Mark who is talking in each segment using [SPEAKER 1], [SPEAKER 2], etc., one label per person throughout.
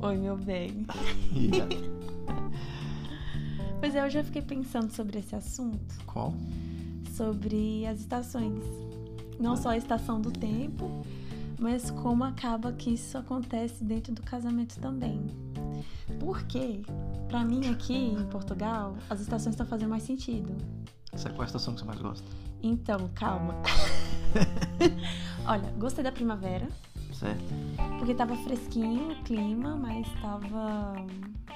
[SPEAKER 1] Oi, meu bem.
[SPEAKER 2] E
[SPEAKER 1] Pois é, eu já fiquei pensando sobre esse assunto,
[SPEAKER 2] qual?
[SPEAKER 1] sobre as estações. Não só a estação do tempo, mas como acaba que isso acontece dentro do casamento também. Porque, pra mim aqui em Portugal, as estações estão fazendo mais sentido.
[SPEAKER 2] Essa é qual a estação que você mais gosta?
[SPEAKER 1] Então, calma. Olha, gostei da primavera,
[SPEAKER 2] Certo?
[SPEAKER 1] porque tava fresquinho o clima, mas tava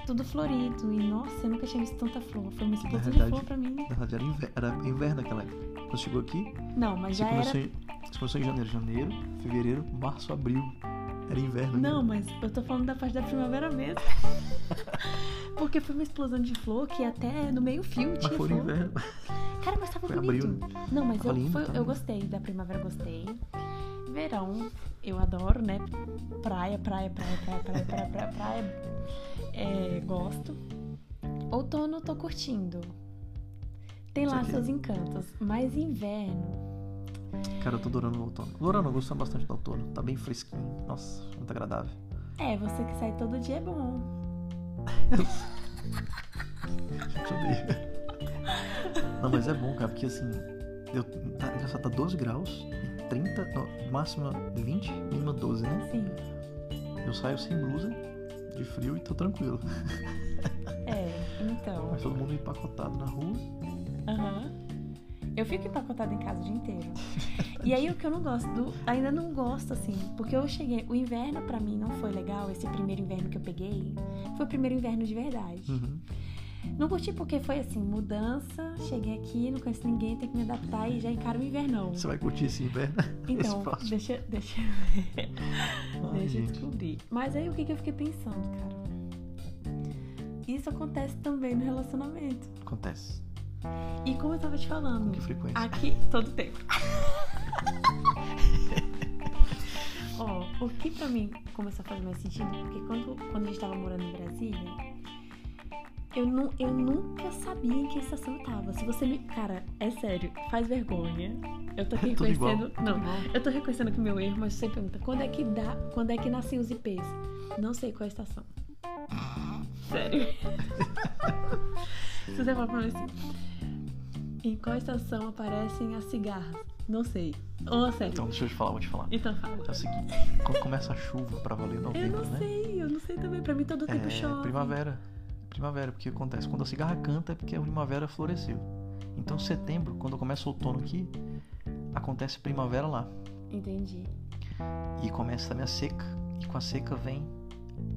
[SPEAKER 1] tudo florido. E nossa, eu nunca tinha visto tanta flor. Foi uma explosão de
[SPEAKER 2] verdade.
[SPEAKER 1] flor pra mim. né?
[SPEAKER 2] Na verdade era inverno, era inverno naquela época. Quando chegou aqui,
[SPEAKER 1] Não, mas
[SPEAKER 2] você
[SPEAKER 1] já era
[SPEAKER 2] começou, em, você começou em janeiro. Janeiro, fevereiro, março, abril. Era inverno. ainda.
[SPEAKER 1] Não, mas eu tô falando da parte da primavera mesmo. Porque foi uma explosão de flor que até no meio fio
[SPEAKER 2] Mas
[SPEAKER 1] tinha
[SPEAKER 2] foi
[SPEAKER 1] flor.
[SPEAKER 2] inverno.
[SPEAKER 1] Cara, mas tava
[SPEAKER 2] Foi
[SPEAKER 1] tipo, bonito.
[SPEAKER 2] abril, né?
[SPEAKER 1] Não, mas
[SPEAKER 2] Tava
[SPEAKER 1] eu,
[SPEAKER 2] lindo,
[SPEAKER 1] foi-
[SPEAKER 2] tava
[SPEAKER 1] eu
[SPEAKER 2] lindo.
[SPEAKER 1] gostei da primavera, eu gostei. Verão, eu adoro, né? Praia, praia, praia, praia, praia, praia, praia, praia. É, gosto. Outono eu tô curtindo. Tem lá
[SPEAKER 2] Saquei.
[SPEAKER 1] seus encantos, mas inverno.
[SPEAKER 2] Cara, eu tô adorando o outono. Adorando, gostando bastante do outono. Tá bem fresquinho. Nossa, muito agradável.
[SPEAKER 1] É, você que sai todo dia é bom.
[SPEAKER 2] Te odeio. Não, mas é bom, cara, porque assim, deu, tá, engraçado, tá 12 graus, 30, não, máxima 20, mínima 12, né?
[SPEAKER 1] Sim.
[SPEAKER 2] Eu saio sem blusa, de frio e tô tranquilo.
[SPEAKER 1] É, então.
[SPEAKER 2] Mas todo mundo empacotado na rua.
[SPEAKER 1] Aham. Eu fico empacotada em casa o dia inteiro. E aí o que eu não gosto, do, ainda não gosto assim, porque eu cheguei, o inverno pra mim não foi legal, esse primeiro inverno que eu peguei, foi o primeiro inverno de verdade.
[SPEAKER 2] Uhum.
[SPEAKER 1] Não curti porque foi assim, mudança, cheguei aqui, não conheço ninguém, tenho que me adaptar e já encaro o invernão.
[SPEAKER 2] Você vai curtir esse inverno?
[SPEAKER 1] Então,
[SPEAKER 2] próximo.
[SPEAKER 1] deixa, deixa,
[SPEAKER 2] é Ai,
[SPEAKER 1] deixa eu
[SPEAKER 2] gente.
[SPEAKER 1] descobrir. Mas aí o que que eu fiquei pensando, cara? Isso acontece também no relacionamento.
[SPEAKER 2] Acontece.
[SPEAKER 1] E como eu tava te falando,
[SPEAKER 2] Com que frequência?
[SPEAKER 1] Aqui, todo tempo. Ó, o que pra mim começou a fazer mais sentido, porque quando, quando a gente tava morando em Brasília, eu, nu, eu nunca sabia em que estação eu tava. Se você me. Cara, é sério, faz vergonha. Eu tô aqui
[SPEAKER 2] É Tudo igual.
[SPEAKER 1] reconhecendo. Não, eu tô reconhecendo que o meu erro, mas você pergunta, quando é que dá. Quando é que nascem os IPs? Não sei qual é a estação.
[SPEAKER 2] Ah.
[SPEAKER 1] Sério. Se você falar pra mim assim, em qual estação aparecem as cigarras? Não sei. Ou a sério.
[SPEAKER 2] Então, deixa eu te falar, vou te falar.
[SPEAKER 1] Então fala.
[SPEAKER 2] É o seguinte, quando começa a chuva pra valer
[SPEAKER 1] Eu
[SPEAKER 2] novembro,
[SPEAKER 1] não
[SPEAKER 2] né?
[SPEAKER 1] sei, eu não sei também. Pra mim todo tempo
[SPEAKER 2] é
[SPEAKER 1] chove.
[SPEAKER 2] primavera. Primavera, porque acontece? Quando a cigarra canta é porque a primavera floresceu. Então, setembro, quando começa o outono aqui, acontece primavera lá.
[SPEAKER 1] Entendi.
[SPEAKER 2] E começa também a seca. E com a seca vem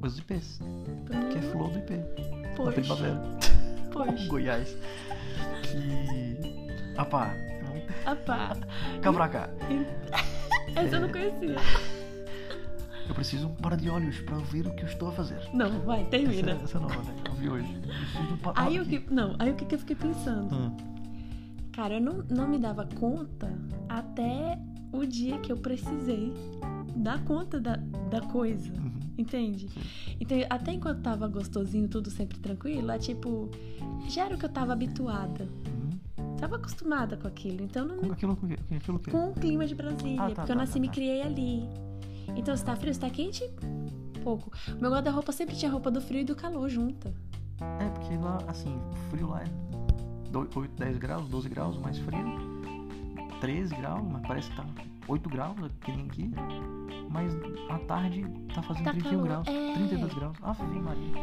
[SPEAKER 2] os IPs, que é flor do IP. Da
[SPEAKER 1] Poxa,
[SPEAKER 2] primavera.
[SPEAKER 1] poxa.
[SPEAKER 2] Goiás. Que. Apá,
[SPEAKER 1] Apá.
[SPEAKER 2] cá pra cá.
[SPEAKER 1] Ah, Essa
[SPEAKER 2] É.
[SPEAKER 1] eu não conhecia.
[SPEAKER 2] Eu preciso um par de olhos pra ver o que eu estou a fazer.
[SPEAKER 1] Não, vai,
[SPEAKER 2] Essa,
[SPEAKER 1] termina.
[SPEAKER 2] essa é nova, né? Eu vi hoje. Eu preciso de um par-
[SPEAKER 1] Aí
[SPEAKER 2] Ah,
[SPEAKER 1] o que. Não, aí o que que eu fiquei pensando?
[SPEAKER 2] Hum,
[SPEAKER 1] Cara, eu não, não me dava conta até o dia que eu precisei dar conta da, da coisa.
[SPEAKER 2] uhum.
[SPEAKER 1] Entende? Então, até enquanto tava gostosinho, tudo sempre tranquilo, é tipo, já era o que eu tava habituada.
[SPEAKER 2] Uhum.
[SPEAKER 1] Tava acostumada com aquilo. Então, não me...
[SPEAKER 2] Com aquilo, com aquilo, com aquilo que.
[SPEAKER 1] com o clima de Brasília,
[SPEAKER 2] Ah, tá,
[SPEAKER 1] porque
[SPEAKER 2] tá,
[SPEAKER 1] eu nasci
[SPEAKER 2] tá,
[SPEAKER 1] e me
[SPEAKER 2] tá.
[SPEAKER 1] criei ali. Então, se tá frio, se tá quente, pouco. Meu guarda-roupa sempre tinha roupa do frio e do calor junta.
[SPEAKER 2] É, porque lá, assim, o frio lá é do- 8, 10 graus, 12 graus, mais frio. 13 graus, mas parece que tá 8 graus, que nem aqui. Mas à tarde tá fazendo
[SPEAKER 1] Tá
[SPEAKER 2] 31
[SPEAKER 1] calor,
[SPEAKER 2] graus,
[SPEAKER 1] é.
[SPEAKER 2] 32 graus. Ave Maria.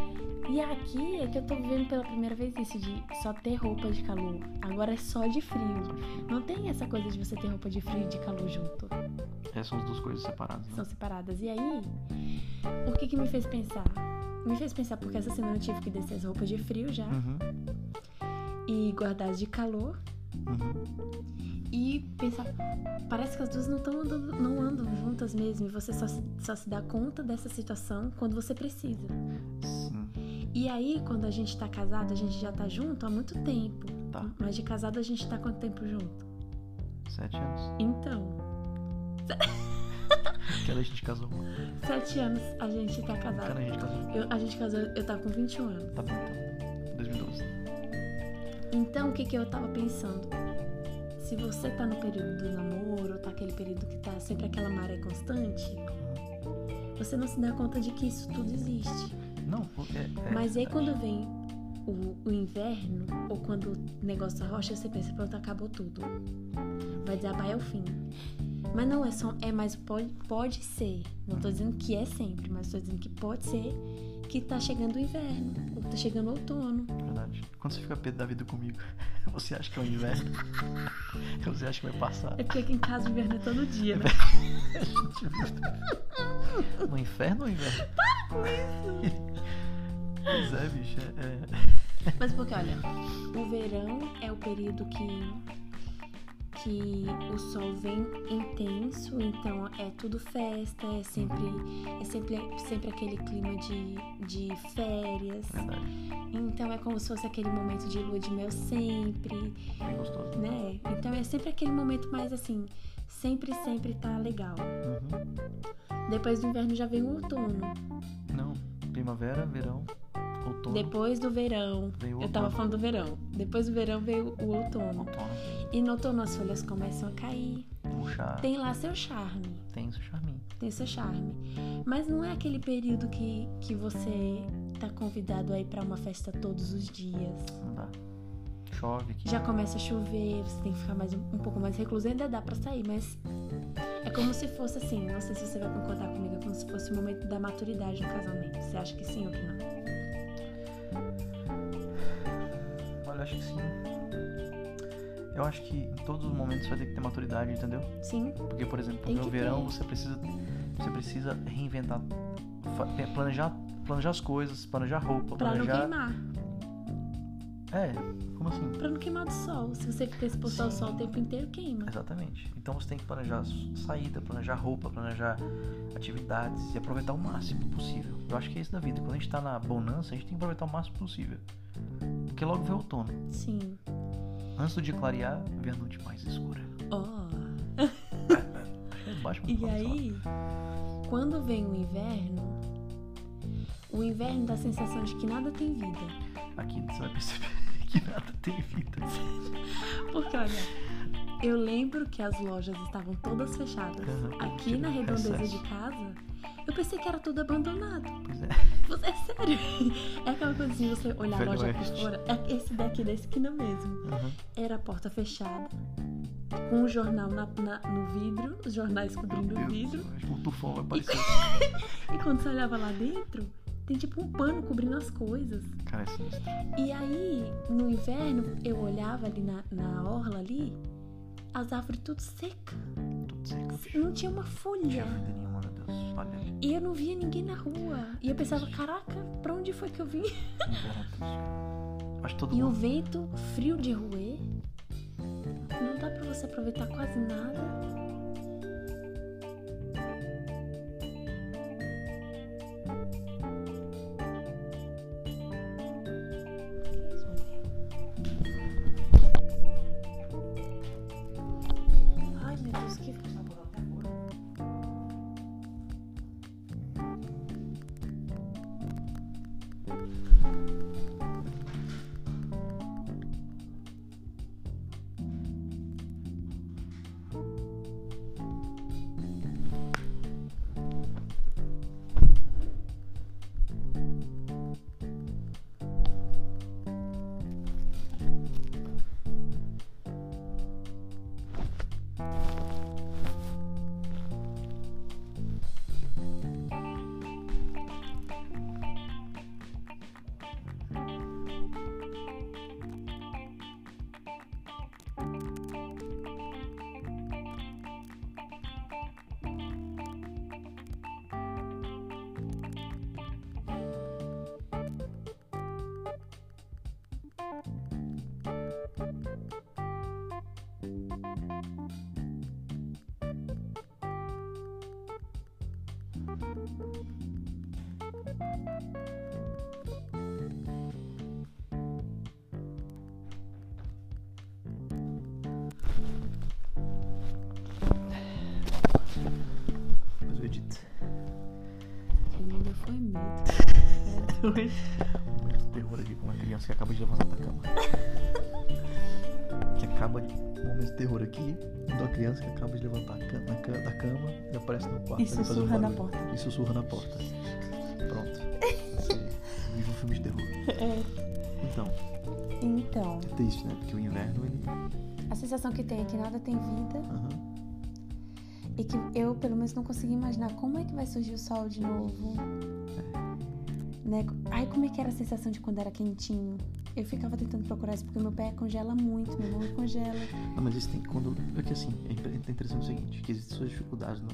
[SPEAKER 1] E aqui é que eu tô vivendo pela primeira vez isso de só ter roupa de calor. Agora é só de frio. Não tem essa coisa de você ter roupa de frio e de calor junto.
[SPEAKER 2] Essas são as duas coisas separadas. Né?
[SPEAKER 1] são separadas. E aí, o que que me fez pensar? Me fez pensar porque essa semana eu tive que descer as roupas de frio já
[SPEAKER 2] Uhum,
[SPEAKER 1] e guardar as de calor
[SPEAKER 2] uhum.
[SPEAKER 1] e pensar, parece que as duas não estão andando, não andam juntas mesmo e você só se, só se dá conta dessa situação quando você precisa.
[SPEAKER 2] Sim.
[SPEAKER 1] E aí, quando a gente tá casado, a gente já tá junto há muito tempo.
[SPEAKER 2] Tá.
[SPEAKER 1] Mas de casado a gente tá quanto tempo junto?
[SPEAKER 2] Sete anos.
[SPEAKER 1] Então,
[SPEAKER 2] Quando a gente casou.
[SPEAKER 1] sete anos a gente tá
[SPEAKER 2] Quando
[SPEAKER 1] casado.
[SPEAKER 2] a gente casou.
[SPEAKER 1] Eu- a gente casou, eu tava com 21 anos.
[SPEAKER 2] Tá bom, então. 2012.
[SPEAKER 1] Então, o que, que eu tava pensando? Se você tá no período do namoro, ou tá aquele período que tá sempre aquela maré constante, você não se dá conta de que isso tudo existe.
[SPEAKER 2] Não, é, é-
[SPEAKER 1] Mas aí quando vem o, o inverno, ou quando o negócio rocha, você pensa, pronto, acabou tudo. Vai desabar é o fim. Mas não, é só. É, mas pode, pode ser. Não tô dizendo que é sempre, mas tô dizendo que pode ser que tá chegando o inverno, ou que tá chegando o outono.
[SPEAKER 2] é verdade. Quando você fica pé da vida comigo, você acha que é o inverno? você acha que vai passar?
[SPEAKER 1] É porque aqui em casa o inverno é todo dia, né?
[SPEAKER 2] No um inferno ou inverno? Para com isso! Pois é, bicho. É,
[SPEAKER 1] Mas porque, olha, o verão é o período que, que o sol vem intenso, então é tudo festa, é sempre, é sempre, sempre aquele clima de, de férias.
[SPEAKER 2] é verdade.
[SPEAKER 1] Então é como se fosse aquele momento de lua de mel sempre,
[SPEAKER 2] Bem gostoso.
[SPEAKER 1] né? Então é sempre aquele momento mais assim, sempre, sempre tá legal.
[SPEAKER 2] Uhum.
[SPEAKER 1] Depois do inverno já vem o outono.
[SPEAKER 2] Não, primavera, verão, outono.
[SPEAKER 1] Depois do verão.
[SPEAKER 2] Vem o
[SPEAKER 1] Eu tava
[SPEAKER 2] outono.
[SPEAKER 1] falando do verão. Depois do verão veio o outono.
[SPEAKER 2] Outono,
[SPEAKER 1] E no outono as folhas começam a cair.
[SPEAKER 2] o chá
[SPEAKER 1] Tem lá seu charme,
[SPEAKER 2] tem seu charminho.
[SPEAKER 1] tem seu charme. Mas não é aquele período que, que você tá convidado a ir pra uma festa todos os dias.
[SPEAKER 2] Não dá. Chove aqui.
[SPEAKER 1] Já começa a chover, você tem que ficar mais um, um pouco mais recluso. Ainda dá pra sair, mas é como se fosse assim. Não sei se você vai concordar comigo, é como se fosse o momento da maturidade do casamento. Você acha que sim ou que não?
[SPEAKER 2] Olha, eu acho que sim. Eu acho que em todos os momentos você vai ter que ter maturidade, entendeu?
[SPEAKER 1] Sim?
[SPEAKER 2] Porque, por exemplo,
[SPEAKER 1] Tem
[SPEAKER 2] no
[SPEAKER 1] que
[SPEAKER 2] verão
[SPEAKER 1] ter.
[SPEAKER 2] você precisa você precisa reinventar, fa- pe- planejar, planejar as coisas, planejar roupa,
[SPEAKER 1] Pra não
[SPEAKER 2] planejar.
[SPEAKER 1] queimar.
[SPEAKER 2] é, como assim?
[SPEAKER 1] Pra não queimar do sol. Se você ficar exposto ao
[SPEAKER 2] Sim.
[SPEAKER 1] sol o tempo inteiro, queima.
[SPEAKER 2] Exatamente. Então você tem que planejar s- saída, planejar roupa, planejar atividades e aproveitar o máximo possível. Eu acho que é isso da vida. Quando a gente tá na bonança, a gente tem que aproveitar o máximo possível. Porque logo vem o outono.
[SPEAKER 1] Sim.
[SPEAKER 2] Antes do dia clarear, vem a noite mais escura. É,
[SPEAKER 1] Ó.
[SPEAKER 2] Baixa um uma
[SPEAKER 1] E
[SPEAKER 2] palma, sei lá.
[SPEAKER 1] aí, quando vem o inverno, o inverno dá a sensação de que nada tem vida.
[SPEAKER 2] Aqui você vai perceber que nada tem vida.
[SPEAKER 1] Porque olha, eu lembro que as lojas estavam todas fechadas.
[SPEAKER 2] Aham,
[SPEAKER 1] Aqui na
[SPEAKER 2] tipo,
[SPEAKER 1] redondeza
[SPEAKER 2] recesso.
[SPEAKER 1] de casa, eu pensei que era tudo abandonado.
[SPEAKER 2] Pois é.
[SPEAKER 1] Você- É sério. É aquela coisa assim, você olhar a
[SPEAKER 2] Velho
[SPEAKER 1] loja por
[SPEAKER 2] Oeste.
[SPEAKER 1] fora. É esse daqui da esquina mesmo.
[SPEAKER 2] Uhum.
[SPEAKER 1] Era a porta fechada, com o jornal na- na- no vidro, os jornais cobrindo
[SPEAKER 2] Meu
[SPEAKER 1] o
[SPEAKER 2] Deus,
[SPEAKER 1] vidro.
[SPEAKER 2] do céu, acho que um tufão vai aparecer.
[SPEAKER 1] E quando você olhava lá dentro, tem tipo um pano cobrindo as coisas.
[SPEAKER 2] Cara, é sinistro.
[SPEAKER 1] E aí, no inverno, eu olhava ali na, na orla ali, as árvores tudo seca.
[SPEAKER 2] Tudo seco, bicho.
[SPEAKER 1] Não tinha uma
[SPEAKER 2] Não tinha
[SPEAKER 1] folha.
[SPEAKER 2] vida nenhuma, meu Deus. Olha,
[SPEAKER 1] E eu não via ninguém na rua. E eu pensava, caraca, pra onde foi que eu vim?
[SPEAKER 2] inverno é triste. Acho que todo
[SPEAKER 1] E o
[SPEAKER 2] mundo.
[SPEAKER 1] vento frio de ruê. Não dá pra você aproveitar quase nada. Ai, meu Deus, que um-
[SPEAKER 2] Mas eu edito.
[SPEAKER 1] Ainda foi medo. É doido.
[SPEAKER 2] Terror aqui com uma criança que acaba de levantar da cama. que acaba de. Um momento de terror aqui, da criança que acaba de levantar a ca- na ca- da cama e aparece no quarto. ali
[SPEAKER 1] E
[SPEAKER 2] fazendo
[SPEAKER 1] sussurra na
[SPEAKER 2] barulho.
[SPEAKER 1] porta.
[SPEAKER 2] E sussurra na porta. Pronto. Você vive um filme de terror.
[SPEAKER 1] É.
[SPEAKER 2] Então,
[SPEAKER 1] Então,
[SPEAKER 2] é triste, né? Porque o inverno, ele.
[SPEAKER 1] a sensação que tem é que nada tem vida
[SPEAKER 2] Aham.
[SPEAKER 1] e que eu, pelo menos, não consegui imaginar como é que vai surgir o sol de novo. Né? Ai, como é que era a sensação de quando era quentinho? Eu ficava tentando procurar isso porque meu pé congela muito, minha mão congela.
[SPEAKER 2] Não, Ah, mas isso tem que quando. É que assim, é impre- é interessante o seguinte, que existem suas dificuldades no.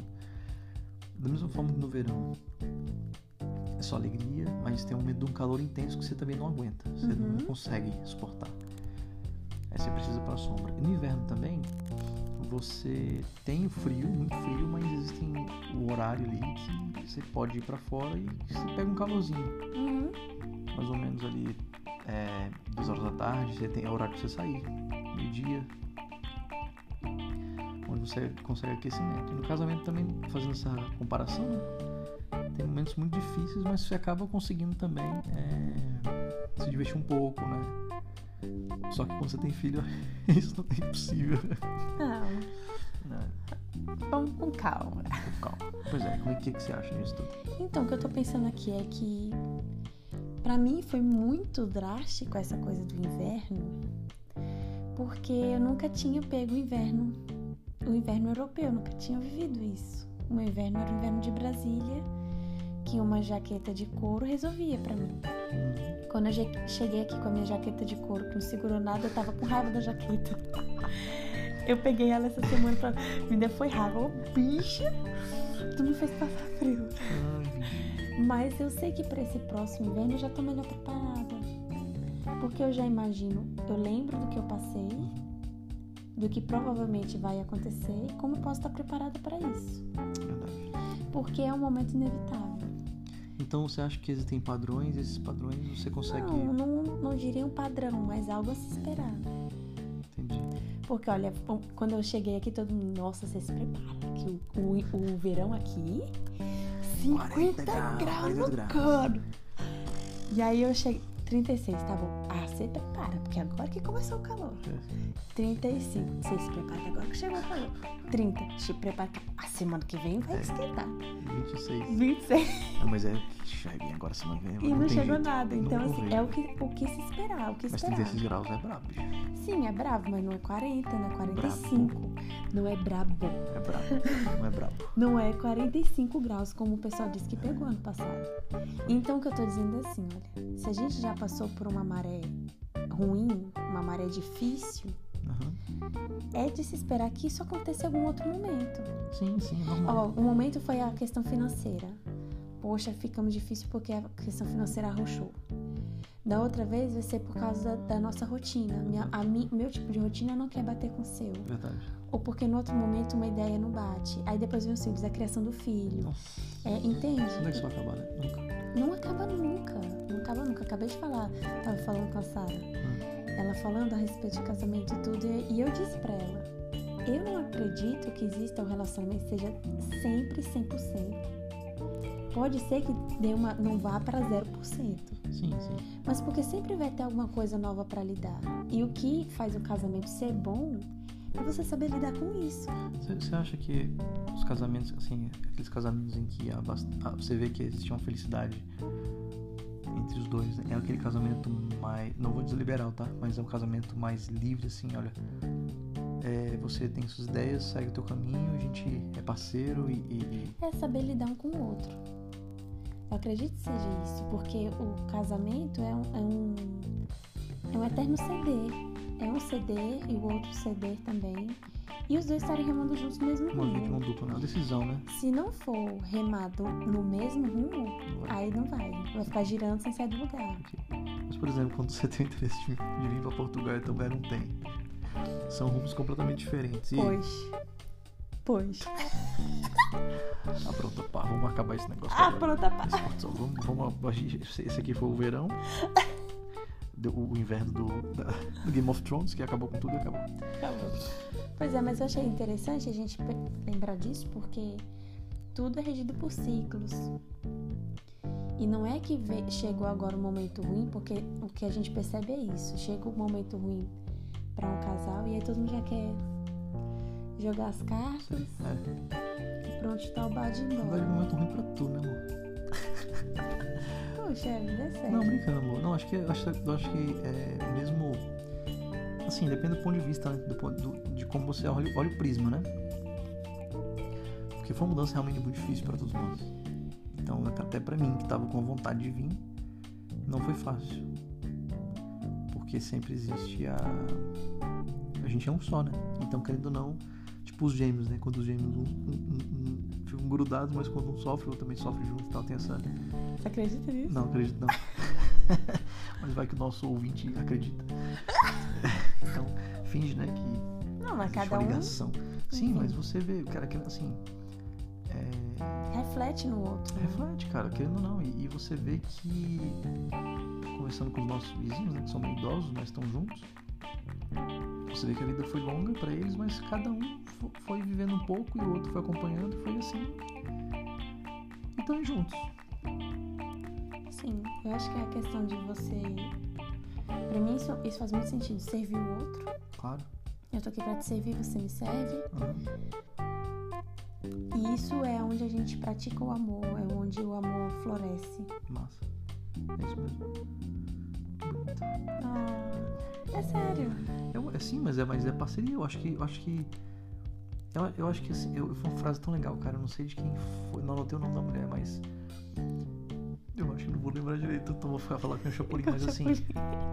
[SPEAKER 2] Da mesma forma que no verão é só alegria, mas tem um medo de um calor intenso que você também não aguenta. Você
[SPEAKER 1] Uhum.
[SPEAKER 2] não consegue suportar. Aí você precisa para sombra. E no inverno também, você tem o frio, muito frio, mas existem o horário ali que você pode ir para fora e você pega um calorzinho
[SPEAKER 1] Uhum.
[SPEAKER 2] mais ou menos ali é, duas horas da tarde, você tem é o horário pra você sair, meio-dia, onde você consegue aquecimento. E no casamento também, fazendo essa comparação, né, tem momentos muito difíceis, mas você acaba conseguindo também é, se divertir um pouco, né? Só que quando você tem filho, isso não é impossível.
[SPEAKER 1] Não,
[SPEAKER 2] Né?
[SPEAKER 1] vamos com calma.
[SPEAKER 2] Calma. Pois é, como é que, que você acha disso tudo?
[SPEAKER 1] Então, o que eu tô pensando aqui é que pra mim foi muito drástico essa coisa do inverno, porque eu nunca tinha pego o inverno, o inverno europeu, eu nunca tinha vivido isso. O meu inverno era o inverno de Brasília, que uma jaqueta de couro resolvia pra mim. Quando eu je- cheguei aqui com a minha jaqueta de couro, que não segurou nada, eu tava com raiva da jaqueta. Eu peguei ela essa semana pra. Me deu foi raiva. Ô, bicha! Tu me fez passar frio. Mas eu sei que para esse próximo inverno eu já tô melhor preparada. Porque eu já imagino, eu lembro do que eu passei, do que provavelmente vai acontecer e como eu posso estar preparada para isso.
[SPEAKER 2] Verdade.
[SPEAKER 1] Porque é um momento inevitável.
[SPEAKER 2] Então você acha que existem padrões, esses padrões você consegue.
[SPEAKER 1] Não, não, não diria um padrão, mas algo a se esperar.
[SPEAKER 2] Entendi.
[SPEAKER 1] Porque olha, bom, quando eu cheguei aqui, todo mundo, nossa, você se prepara, que o, o, o verão aqui, 50
[SPEAKER 2] 40 graus,
[SPEAKER 1] graus
[SPEAKER 2] 42
[SPEAKER 1] no
[SPEAKER 2] graus."
[SPEAKER 1] cano. E aí eu cheguei, 36, tá bom. Ah, você prepara, porque agora que começou o calor.
[SPEAKER 2] É.
[SPEAKER 1] 35, você se prepara que agora que chegou o calor. 30, se prepara que a semana que vem
[SPEAKER 2] É.
[SPEAKER 1] vai esquentar.
[SPEAKER 2] 26.
[SPEAKER 1] 26,
[SPEAKER 2] Ah, mas é que vai vir agora semana que vem.
[SPEAKER 1] e não
[SPEAKER 2] tem
[SPEAKER 1] chegou
[SPEAKER 2] jeito.
[SPEAKER 1] nada. Então,
[SPEAKER 2] Não
[SPEAKER 1] assim,
[SPEAKER 2] veio.
[SPEAKER 1] é o que, o que se esperar, o que
[SPEAKER 2] Mas
[SPEAKER 1] esperar.
[SPEAKER 2] 36 graus é brabo, bicho.
[SPEAKER 1] Sim, é bravo, mas não é 40, não é 45. Não é brabo.
[SPEAKER 2] um É brabo. Não é brabo.
[SPEAKER 1] Não é 45 graus, como o pessoal disse que pegou ano passado. Então, o que eu tô dizendo é assim, olha. Se a gente já passou por uma maré ruim, uma maré difícil,
[SPEAKER 2] Aham.
[SPEAKER 1] é de se esperar que isso aconteça em algum outro momento.
[SPEAKER 2] Sim, sim, é normal.
[SPEAKER 1] Ó, o momento foi a questão financeira. Poxa, ficamos difícil porque a questão financeira arrochou. Da outra vez vai ser por causa da, da nossa rotina. Minha- a mi- meu tipo de rotina não quer bater com o seu.
[SPEAKER 2] Verdade.
[SPEAKER 1] Ou porque no outro momento uma ideia não bate. Aí depois vem o simples, a criação do filho.
[SPEAKER 2] Nossa.
[SPEAKER 1] É,
[SPEAKER 2] Quando é que
[SPEAKER 1] entende?
[SPEAKER 2] isso vai acabar, né? Nunca.
[SPEAKER 1] Não acaba nunca. Não acaba nunca. Acabei de falar. Tava falando com a Sara. Ela falando a respeito de casamento e tudo. e- E eu disse pra ela: Eu não acredito que exista um relacionamento que seja sempre 100%. Pode ser que dê uma, não vá pra 0%.
[SPEAKER 2] Sim, sim.
[SPEAKER 1] Mas porque sempre vai ter alguma coisa nova pra lidar. E o que faz um casamento ser bom é você saber lidar com isso.
[SPEAKER 2] Você- Você acha que os casamentos, assim, aqueles casamentos em que há bast- ah, você vê que existe uma felicidade entre os dois, né? é aquele casamento mais. Não vou dizer liberal, tá? Mas é um casamento mais livre, assim, olha. É, você tem suas ideias, segue o teu caminho, a gente é parceiro e- e, e
[SPEAKER 1] É saber lidar um com o outro. Eu acredito que seja isso, porque o casamento é um, é um, é um eterno ceder. É um ceder e o outro ceder também. E os dois estarem remando juntos no mesmo
[SPEAKER 2] Uma vida
[SPEAKER 1] rumo.
[SPEAKER 2] não dupla, não é uma decisão, né?
[SPEAKER 1] Se não for remado no mesmo rumo, aí não vai. Vai ficar girando sem sair do lugar.
[SPEAKER 2] Mas, por exemplo, quando você tem interesse de, de vir pra Portugal e também não tem. São rumos completamente diferentes. E
[SPEAKER 1] Pois. Pois.
[SPEAKER 2] ah, pronto, pá, vamos acabar esse negócio.
[SPEAKER 1] Ah,
[SPEAKER 2] agora.
[SPEAKER 1] pronta pá.
[SPEAKER 2] Esse portão, vamos, vamos, a gente- esse esse aqui foi o verão. Deu O inverno do, da- do Game of Thrones, que acabou com tudo, acabou.
[SPEAKER 1] Pois é, mas eu achei interessante a gente pe- lembrar disso porque tudo é regido por ciclos. E não é que ve- chegou agora o momento ruim, porque o que a gente percebe é isso. Chega o momento ruim pra um casal e aí todo mundo já quer jogar as cartas
[SPEAKER 2] É,
[SPEAKER 1] e pronto, tá o balde
[SPEAKER 2] na verdade, é
[SPEAKER 1] embora.
[SPEAKER 2] um momento ruim pra tu, né, amor?
[SPEAKER 1] Puxa, vida, é sério.
[SPEAKER 2] Não, brincando, amor. Não, acho que, acho, acho que é, mesmo. Assim, depende do ponto de vista, né? do, ponto- do- de como você olha, olha o prisma, né? Porque foi uma mudança realmente muito difícil pra todos nós. Então, até pra mim, que tava com vontade de vir, não foi fácil. Porque sempre existe a. A gente é um só, né? Então, querendo ou não, tipo os gêmeos, né? Quando os gêmeos um, um- um- ficam grudados, mas quando um sofre, o outro também sofre junto e tal, tem essa.
[SPEAKER 1] Você acredita nisso?
[SPEAKER 2] Não, acredito não. Mas vai que o nosso ouvinte acredita. Então, finge, né, que
[SPEAKER 1] Não, mas
[SPEAKER 2] existe
[SPEAKER 1] cada
[SPEAKER 2] uma
[SPEAKER 1] um
[SPEAKER 2] ligação. Sim,
[SPEAKER 1] Enfim.
[SPEAKER 2] mas você vê, o cara, que assim, é,
[SPEAKER 1] reflete no outro. né?
[SPEAKER 2] reflete, cara, querendo ou não. E, e você vê que, conversando com os nossos vizinhos, né, que são meio idosos, mas estão juntos, você vê que a vida foi longa pra eles, mas cada um fo- foi vivendo um pouco e o outro foi acompanhando, foi assim. E estão juntos.
[SPEAKER 1] Sim, eu acho que é a questão de você. Pra mim, isso, isso faz muito sentido. Servir o outro.
[SPEAKER 2] Claro.
[SPEAKER 1] Eu tô aqui pra te servir, você me serve.
[SPEAKER 2] Uhum.
[SPEAKER 1] E isso é onde a gente pratica o amor, é onde o amor floresce.
[SPEAKER 2] Massa. É isso mesmo. Bonito.
[SPEAKER 1] Ah, é sério.
[SPEAKER 2] É, um- é sim, mas é, mas é parceria. Eu acho que. Eu acho que. Eu, eu acho que assim, eu, foi uma frase tão legal, cara. Eu não sei de quem foi. Não anotei o nome da mulher, mas. Eu acho que não vou lembrar direito, então vou ficar falando com o Chapolin, mas assim,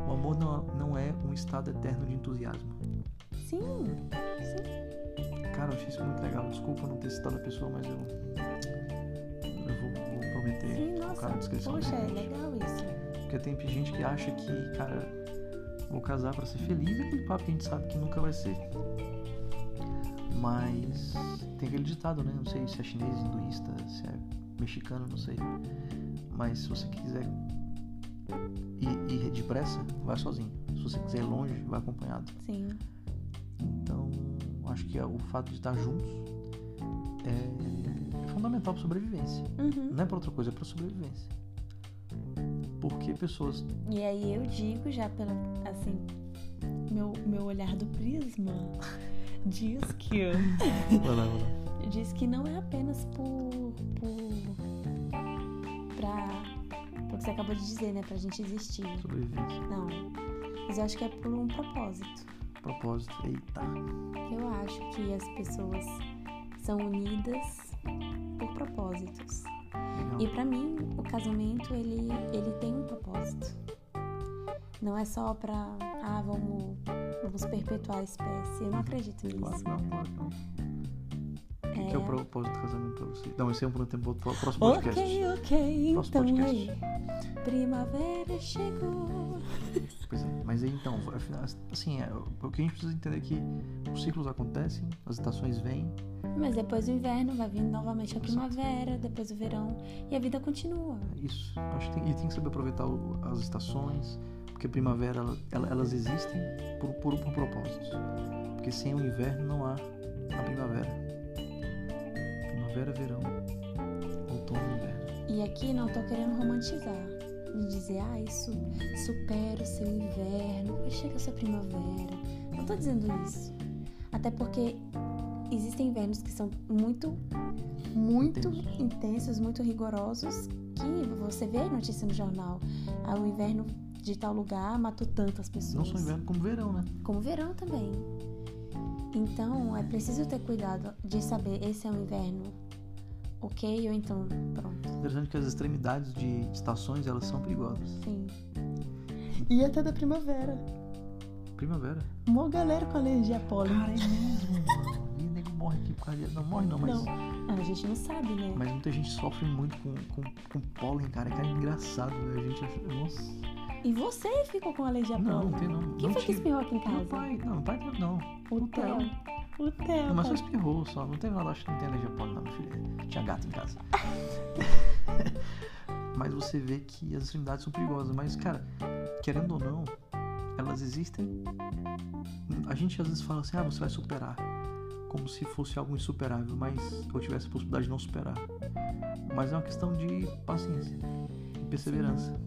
[SPEAKER 2] o amor não, não é um estado eterno de entusiasmo.
[SPEAKER 1] Sim,
[SPEAKER 2] Cara, eu achei isso muito legal. Desculpa não ter citado a pessoa, mas eu. Eu vou, vou prometer
[SPEAKER 1] sim,
[SPEAKER 2] colocar
[SPEAKER 1] nossa.
[SPEAKER 2] na descrição. do
[SPEAKER 1] Poxa, é
[SPEAKER 2] vídeo.
[SPEAKER 1] legal isso.
[SPEAKER 2] Porque tem gente que acha que, cara, vou casar pra ser feliz, é aquele papo que a gente sabe que nunca vai ser. Mas tem aquele ditado, né? Não sei se é chinês, hinduísta, se é mexicano, não sei. Mas se você quiser ir, ir depressa, vai sozinho. Se você quiser ir longe, vai acompanhado.
[SPEAKER 1] Sim,
[SPEAKER 2] Então, acho que o fato de estar juntos é fundamental pra sobrevivência.
[SPEAKER 1] uhum.
[SPEAKER 2] Não é pra outra coisa, é pra sobrevivência. Porque pessoas
[SPEAKER 1] E aí eu digo já pela, assim, meu, meu olhar do prisma diz que
[SPEAKER 2] Vai lá, vai lá.
[SPEAKER 1] diz que não é apenas por, por pra, pelo que você acabou de dizer, né, pra gente existir.
[SPEAKER 2] Sobrevivência.
[SPEAKER 1] Não. Mas eu acho que é por um propósito.
[SPEAKER 2] Propósito. Eita.
[SPEAKER 1] Eu acho que as pessoas são unidas por propósitos.
[SPEAKER 2] Legal.
[SPEAKER 1] E pra mim, o casamento ele, ele tem um propósito. Não é só pra, ah, vamos, vamos perpetuar a espécie. Eu não acredito
[SPEAKER 2] Claro
[SPEAKER 1] nisso.
[SPEAKER 2] que não, claro que não. O que, que é o propósito do casamento pra você? Não, esse é um pro tempo pro próximo podcast.
[SPEAKER 1] Ok, ok,
[SPEAKER 2] Nosso
[SPEAKER 1] então aí.
[SPEAKER 2] podcast.
[SPEAKER 1] Primavera chegou.
[SPEAKER 2] Pois é. Mas aí então, afinal, assim, é, o que a gente precisa entender é que os ciclos acontecem, as estações vêm. né?
[SPEAKER 1] Mas depois do inverno vai vir novamente a
[SPEAKER 2] Exato.
[SPEAKER 1] primavera, depois o verão e a vida continua.
[SPEAKER 2] é Isso. Acho que tem, e tem que saber aproveitar o- as estações, porque a primavera, ela- ela- elas existem por, por, por propósitos. Porque sem o inverno não há a primavera. Primavera, verão, outono, inverno.
[SPEAKER 1] E aqui não tô querendo romantizar e dizer, ah, isso supera o seu inverno, depois chega a sua primavera. Não tô dizendo isso. Até porque existem invernos que são muito, muito
[SPEAKER 2] Intensos.
[SPEAKER 1] intensos, muito rigorosos, que você vê notícia no jornal. Ah, o inverno de tal lugar matou tantas pessoas.
[SPEAKER 2] Não só inverno como verão, né?
[SPEAKER 1] como verão também. Então é preciso ter cuidado de saber esse é um inverno, ok? Ou então pronto,
[SPEAKER 2] Interessante que as extremidades de estações elas são perigosas.
[SPEAKER 1] sim. E até da primavera.
[SPEAKER 2] Primavera.
[SPEAKER 1] Mó galera com alergia a pólen.
[SPEAKER 2] Cara, é mesmo, mano. E nego morre aqui por causa de... Não morre não, mas,
[SPEAKER 1] Ah, a gente não sabe, né?
[SPEAKER 2] mas muita gente sofre muito com, com, com pólen, cara. Cara, é engraçado, né? A gente acha. Nossa.
[SPEAKER 1] E você ficou com alergia a
[SPEAKER 2] Não,
[SPEAKER 1] pólen?
[SPEAKER 2] não tem não.
[SPEAKER 1] Quem
[SPEAKER 2] não
[SPEAKER 1] foi que
[SPEAKER 2] tive.
[SPEAKER 1] espirrou aqui em
[SPEAKER 2] Meu
[SPEAKER 1] casa?
[SPEAKER 2] pai. Não, meu pai teve não.
[SPEAKER 1] O
[SPEAKER 2] Theo.
[SPEAKER 1] Theo. O Theo.
[SPEAKER 2] Mas só
[SPEAKER 1] tá-
[SPEAKER 2] espirrou, só. Não teve nada, acho que não tem alergia a pólen, não, meu filho. Tinha gato em casa. mas você vê que as extremidades são perigosas. Mas, cara, querendo ou não, elas existem. A gente às vezes fala assim, ah, você vai superar. Como se fosse algo insuperável, mas eu tivesse a possibilidade de não superar. Mas é uma questão de paciência e perseverança.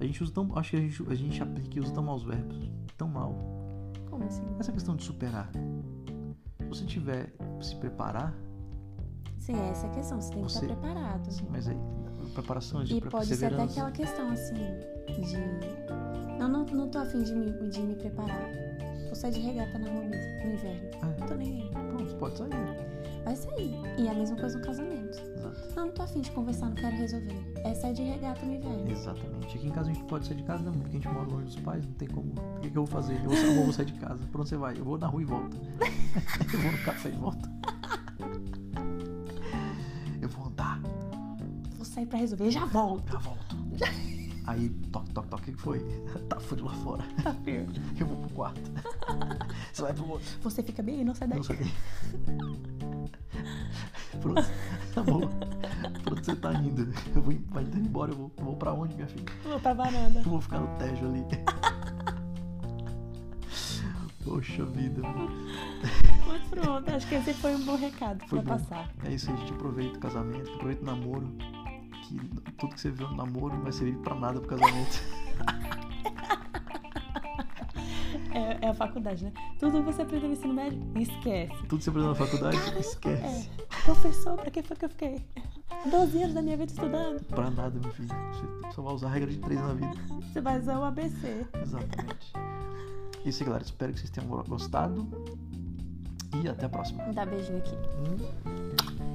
[SPEAKER 2] A gente usa tão. Acho que a gente, a gente aplica e usa tão mal os verbos. Tão mal
[SPEAKER 1] Como assim?
[SPEAKER 2] essa questão de superar. Se você tiver se preparar,
[SPEAKER 1] Sim, essa é a questão. Você tem que
[SPEAKER 2] Você-
[SPEAKER 1] estar preparado.
[SPEAKER 2] mas aí preparação, de
[SPEAKER 1] E pode ser até
[SPEAKER 2] perseverança.
[SPEAKER 1] aquela questão assim de. Não, não, não tô afim de me, de me preparar. Vou sair de regata na rua mesmo, no inverno. Não tô nem aí.
[SPEAKER 2] Pronto, você pode sair.
[SPEAKER 1] Vai sair. E é a mesma coisa no casamento.
[SPEAKER 2] Exato.
[SPEAKER 1] Não, não tô afim de conversar, não quero resolver. É sair de regata no inverno.
[SPEAKER 2] Exatamente. Aqui em casa a gente pode sair de casa, não, porque a gente mora longe dos pais, não tem como. O que, que eu vou fazer? Eu vou, eu vou sair de casa. Pra onde você vai? Eu vou na rua e volto. eu vou no café e volto. eu vou andar,
[SPEAKER 1] Vou sair pra resolver, já volto.
[SPEAKER 2] já volto. Aí, toque, toque, toque, o que que foi? Tá frio lá fora.
[SPEAKER 1] Tá frio.
[SPEAKER 2] Eu vou pro quarto. Você vai pro outro.
[SPEAKER 1] Você fica bem aí, não sai daqui.
[SPEAKER 2] Não sei. Pronto, tá bom. Pronto, você tá indo. Eu vou, vai indo embora, eu vou, eu vou pra onde, minha filha?
[SPEAKER 1] Vou pra varanda.
[SPEAKER 2] Eu vou ficar no tejo ali. Poxa vida, mano.
[SPEAKER 1] Mas pronto, acho que esse foi um bom recado
[SPEAKER 2] Foi
[SPEAKER 1] pra
[SPEAKER 2] bom.
[SPEAKER 1] passar.
[SPEAKER 2] É isso, a gente aproveita o casamento, aproveita o namoro. Que tudo que você viu no namoro não vai servir pra nada pro casamento.
[SPEAKER 1] É, é a faculdade, né? Tudo que você aprendeu no ensino médio, esquece.
[SPEAKER 2] Tudo que você aprendeu na faculdade,
[SPEAKER 1] Caramba,
[SPEAKER 2] esquece.
[SPEAKER 1] É. Professor, pra que foi que eu fiquei 12 anos da minha vida estudando?
[SPEAKER 2] Pra nada, meu filho. Você só vai usar a regra de três na vida.
[SPEAKER 1] Você vai usar o ABC.
[SPEAKER 2] Exatamente. Isso aí, galera. Espero que vocês tenham gostado. E até a próxima.
[SPEAKER 1] Dá beijinho aqui.
[SPEAKER 2] Hum.